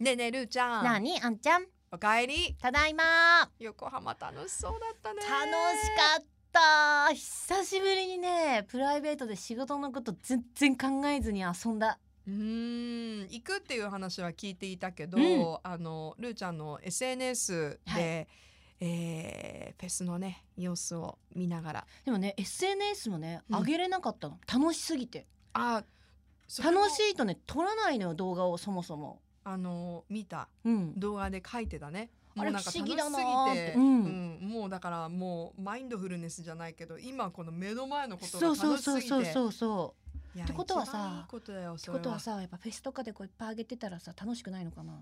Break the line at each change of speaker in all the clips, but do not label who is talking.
ねえねえるーちゃん
なあにあんちゃん
おかえり
ただいま
横浜楽しそうだったね
楽しかった久しぶりにねプライベートで仕事のこと全然考えずに遊んだ
うーん行くっていう話は聞いていたけど、
うん
あのルーちゃんの SNS で、
はい
えーフェスのね様子を見ながら
でもね SNS もね
うん
上げれなかったの、楽しすぎて
あそれも
楽しいとね撮らないのよ動画をそもそも
あの見た
うん
動画で書いてたね
あ
も
れ
うなんか
不思議だなー
楽
っ
しすぎ
て
て、
うん
うんもうだからもうマインドフルネスじゃないけど今この目の前のことが
そ
楽
う
しすぎ
そう
て
そうそうそうそう
いや
ってことは
一
さ
番いいことだよ
って
それ
ことはさやっぱフェスとかでこういっぱい上げてたらさ楽しくないのかな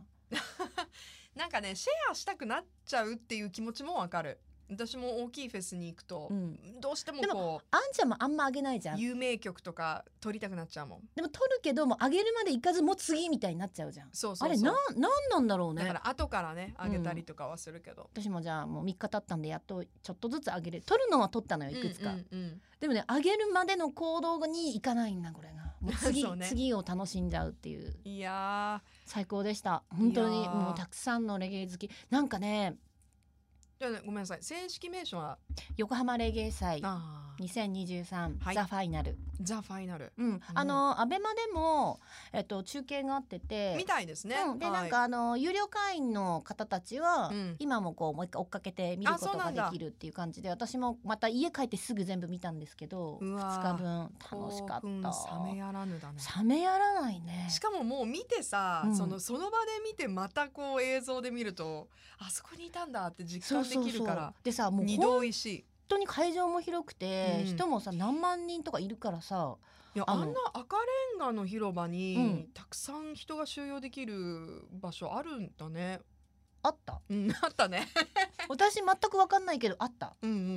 なんかねシェアしたくなっちゃうっていう気持ちもわかる私も大きいフェスに行くと、
うん
どうしても
でも
こう
あんちゃんもあんま上げないじゃん
有名曲とか撮りたくなっちゃうもん
でも撮るけどもう上げるまでいかずもう次みたいになっちゃうじゃん
そうそうそう
あれなんなんなんだろうね
だから後からねあげたりとかはするけど、
私もじゃあもう3日経ったんでやっとちょっとずつ上げる撮るのは撮ったのよいくつか、
うんうんうん
でもね上げるまでの行動に行かないんだこれ がもう次
そうね
次を楽しんじゃうっていう
いや
最高でした本当
い
に
やー
もうたくさんのレゲエ好きなんかね
ーじゃあねごめんなさい正式名称は、
横浜レゲエ祭
あー
2023、
はい
ザ・ファイナル、
ザ・ファイナル
うん、あのアベマでも、えっと、中継があってて
みたいですね、
うん、で、
はい
なんかあの有料会員の方たちは、
うん
今もこうもう一回追っかけて見ること
あそうな
が
ん
で
だ
きるっていう感じで私もまた家帰ってすぐ全部見たんですけど
う
2
わー
日分楽しかっ
興
た
奮冷めやらぬだね
冷めやらないね
しかももう見てさ、
うん
そのその場で見てまたこう映像で見るとあそこにいたんだって実感できるから
でさもう
二
本
度おいしい
当に会場も広くて、
うん
人もさ何万人とかいるからさ
いやあ
あの
んな赤レンガの広場に、
うん
たくさん人が収容できる場所あるんだね。
あった
うん、あった ね。
私全く分かんないけどあった
うんうんうんう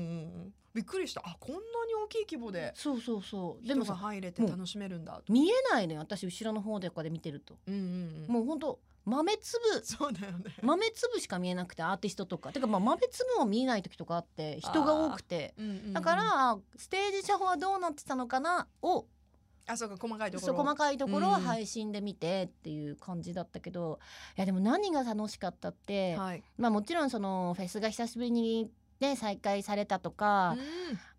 ん。びっくりした。あこんなに大きい規模で
そうそうそうで
人
も
が
さ
入れて
もう
楽しめるんだと。
見えないのよ私後ろの方でこうやって見てると、
うんうんうん。
もう本当豆粒
そうだよね。
豆粒しか見えなくてアーティストとかてかまあ豆粒も見えない時とかあって人が多くて
うんうんうん
だからステージ写法はどうなってたのかなを
あそうか細かいとこ
そう
ろ。
細かいところを
うん
配信で見てっていう感じだったけどいやでも何が楽しかったって
はい。
まあもちろんそのフェスが久しぶりにね再開されたとか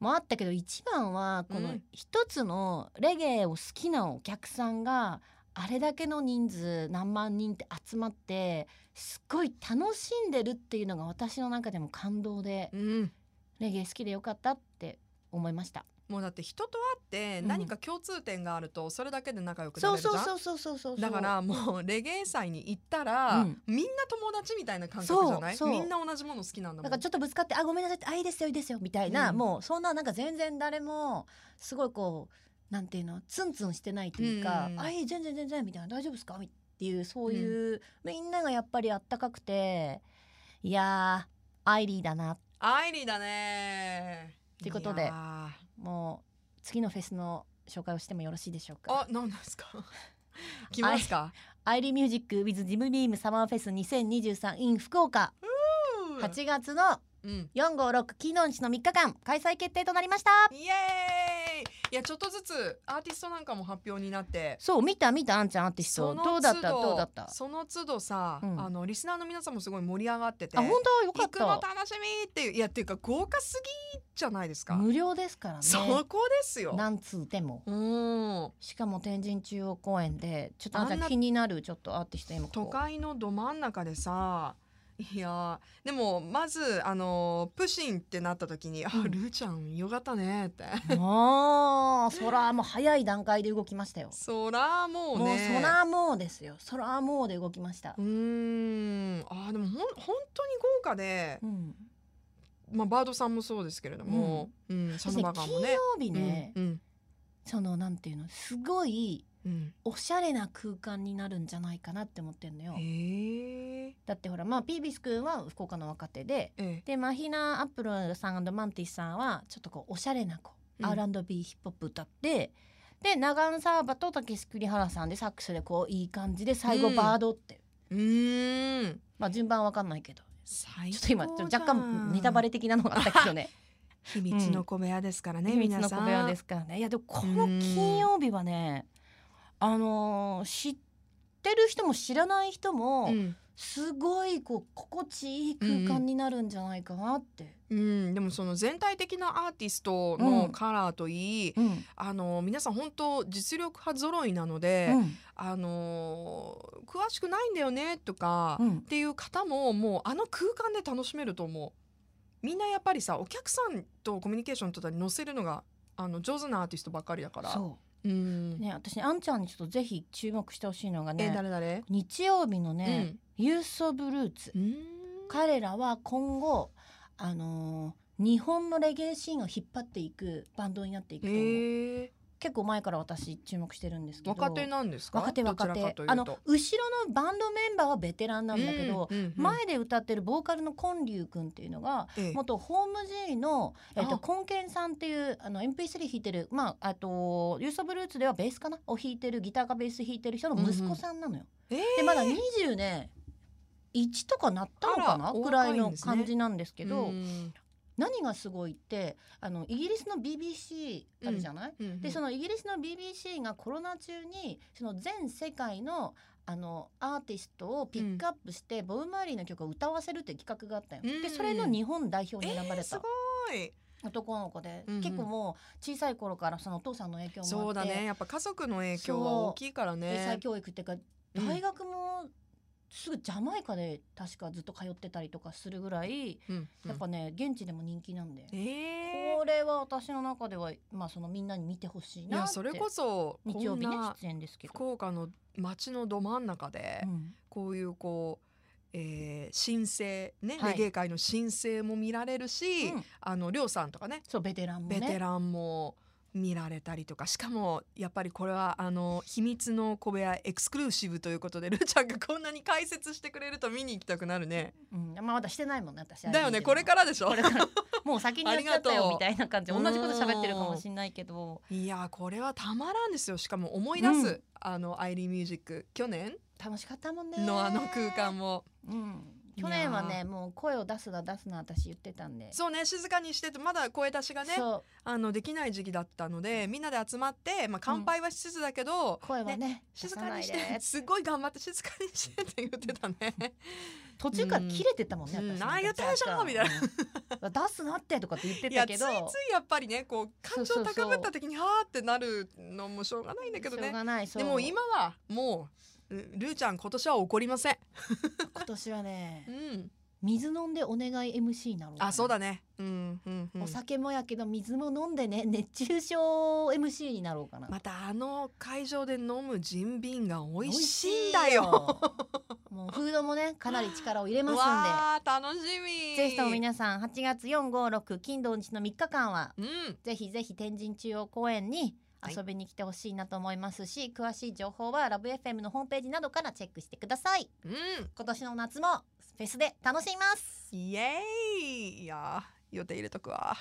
もあったけど一番はこ
う
の
ん
一つのレゲエを好きなお客さんがあれだけの人数何万人って集まってすっごい楽しんでるっていうのが私の中でも感動で
うん。うん
レゲエ好きでよかったって思いました。
もうだって人と会って
うん
何か共通点があるとそれだけで仲良くなれ
そう
るじゃん。
そうそうそうそうそう
だからもうレゲエ祭に行ったら、
うん
みんな友達みたいな感覚じゃない
そうそ
み
う
んな同じもの好きなんだも
なんんかちょっとぶつかって「あごめんなさい」って「あいいですよいいですよ」みたいな、
うん
もうそんななんか全然誰もすごいこうなんていうのツンツンしてないというか「
うん
あいい全然全然」みたいな「大丈夫ですか?」みっていうそういう、みんながやっぱりあったかくていやーアイリーだな
アイリーだね
ってことで
やーあ
もう次のフェスの紹介をしてもよろしいでしょうか。
何なんですか 来ますか
アイリーミュージック with ジムビームサマーフェス 2023in 福岡
うん
8月の
うん
456キノン市の3日間開催決定となりました
イエーイいやちょっとずつアーティストなんかも発表になって
そう見た見たあんちゃんアーティス
そ
ト
の
どうだったどうだった
その都度さ、
うん
あのリスナーの皆さんもすごい盛り上がってて
あ本当よか
行
っ
くの
た
楽しみっていういやっていうか豪華すぎじゃないですか、
無料ですからね
そこですよ
なんつうても
うん
しかも天神中央公園でちょっとあんちゃ
あん
ん
な
気になるちょっとアーティスト今ここ
都会のど真ん中でさいやーでもまずあのープシンってなった時に「あ
うん
ルーちゃんよかったね」っ て
もうそらもう早い段階で動きましたよ
そらもう
もう
ね
そらもうですよそらもうで動きました
うーんあーでもほん本当に豪華で、
うん
まあ、バードさんもそうですけれども、うんシ
そ
ャ
し
ノ
て
バガ
ね
ンも
金
ね。
曜日ね
うんうん
そのなんていうのすごい
うん
おしゃれな空間になるんじゃないかなって思ってんのよ
へー
だってほらまあピービス君は福岡の若手で
ええ
でマヒナ・アップルさんマンティスさんはちょっとこうおしゃれな子、
うん
R&B ヒップホップ歌ってで長野サーバと竹志栗原さんでサックスでこういい感じで最後
うん
バードって、
うーん
まあ順番わかんないけど
最高
ちょっと今ちょっと若干ネタバ
レ
レ的なのがあったけどね
秘密の小部屋です からね、
秘密
皆
の
さ
小
ん
部屋ですからねいやでもこの金曜日はねあのー知っってる人も知らない人も、
うん
すごいこう心地いい空間になるんじゃないかなって。
うん、でもその全体的なアーティスト
う
の
ん
カラーといい、
うん
あの皆さん本当実力派揃いなので、
うん
あの詳しくないんだよねとか、
う
っ
ん
ていう方ももうあの空間で楽しめると思うみんなやっぱりさお客さんとコミュニケーションとったり乗せるのがあの上手なアーティストばっかりだから、、
そううんね私ねあんちゃんにちょっとぜひ注目してほしいのが
え
ね
誰誰、
日曜日のね、ユース・オブ・ルーツ
うんう
彼らは今後あのー日本のレゲエシーンを引っ張っていくバンドになっていく
ー
と思う、
んえ
結構前から私注目してるんです
ー、
けど
若手なんですか
若手若
どちらかと
手
いうと
あの後ろのバンドメンバーはベテランなんだけど、
うんうんうん
前で歌ってるボーカルの金龍くんっていうのが
ええ
元ホーム G の、えっ
あ
と、コンケンさんっていうあの MP3 弾いてるまああとユース・オブ・ルーツではベースかなを弾いてるギターかベース弾いてる人の息子さんなのよ。
えー
でまだ20ね1とかなったのか
あ
な
らお
くら
若
い
いん
の
ですね
感じなんですけど
うん
何がすごいってあのイギリスの BBC あるじゃない、
うんうん
でそのイギリスの BBC がコロナ中にその全世界のあのアーティストをピックアップして、ボブ・マーリーの曲を歌わせるっていう企画があったよ、
うん
でそれの日本代表に選ば
えー
れ
す
た
ごい
男の子で、
うんうん
結構もう小さい頃からそのお父さんの影響もあって
そうだねやっぱ家族の影響は大きいから
英
ね
才教育っていうか
うん
大学もすぐジャマイカで確かずっと通ってたりとかするぐらい
うんうん
やっぱね、現地でも人気なんで、
え
これは私の中では、まあ、そのみんなに見てほしい
ーい
な
や
って
それこそこ
日曜
ん
日ね
な
出演ですけど。
福岡の街のど真ん中で、
うん
こういうこう、えー、新生ね、
はい
レゲエ界の新生も見られるし、
うん
あのりょうさんとかね
そうベテランもね
ベテランも見られたりとかしかもやっぱりこれはあの秘密の小部屋エクスクルーシブということでるーちゃんがこんなに解説してくれると見に行きたくなるね。
うん、まあまだしてないもんね私
だよねこれかららでしょ
これからもう先にやっちゃった
ありが
よ
とう
みたいな感じ同じこと喋ってるかもしんないけど
いやーこれはたまらんですよしかも思い出す、
うん
あのアイリーミュージック去年
楽しかったもんね
のあの空間も、
うん去年はいね
や
もう声を出すな出すな私言ってたんで
そうね静かにしててまだ声出しがね
そう
あのできない時期だったのでみんなで集まって、まあ、乾杯はしつつだけど、
声はね出
静
さ
か
な
に
い
し
で
てすごい頑張って静かにしてって言ってたね。
途中から切れてたもんね、
うんう
私
んああ言ったでしょみたいな
うん出すなってとかって言って
い
た
や
け
ついつ
ど
いやっぱりねこう感
そ
情
うそうそう
高ぶった時にはーってなるのもしょうがないんだけど
しょう
ね
がないそう
でも今はもうルルーちゃん今年は怒りません。
今年はね
うん、
水飲んでお願い MC になろうかな
あそうだね、うんうんうん
お酒もやけど水も飲んでね熱中症 MC になろうかな
またあの会場で飲むジンビンが美味しいんだよ。
もうフードもねかなり力を入れますん
わあ楽しみ。
でぜひとも皆さん8月456金土日の3日間は
うん、
ぜひぜひ天神中央公園に遊びに来てほしいなと思いますし、詳しい情報はラブ f m のホームページなどからチェックしてください
うん、
今年の夏もフェスで楽しみます
イエーイいやー予定入れとくわ。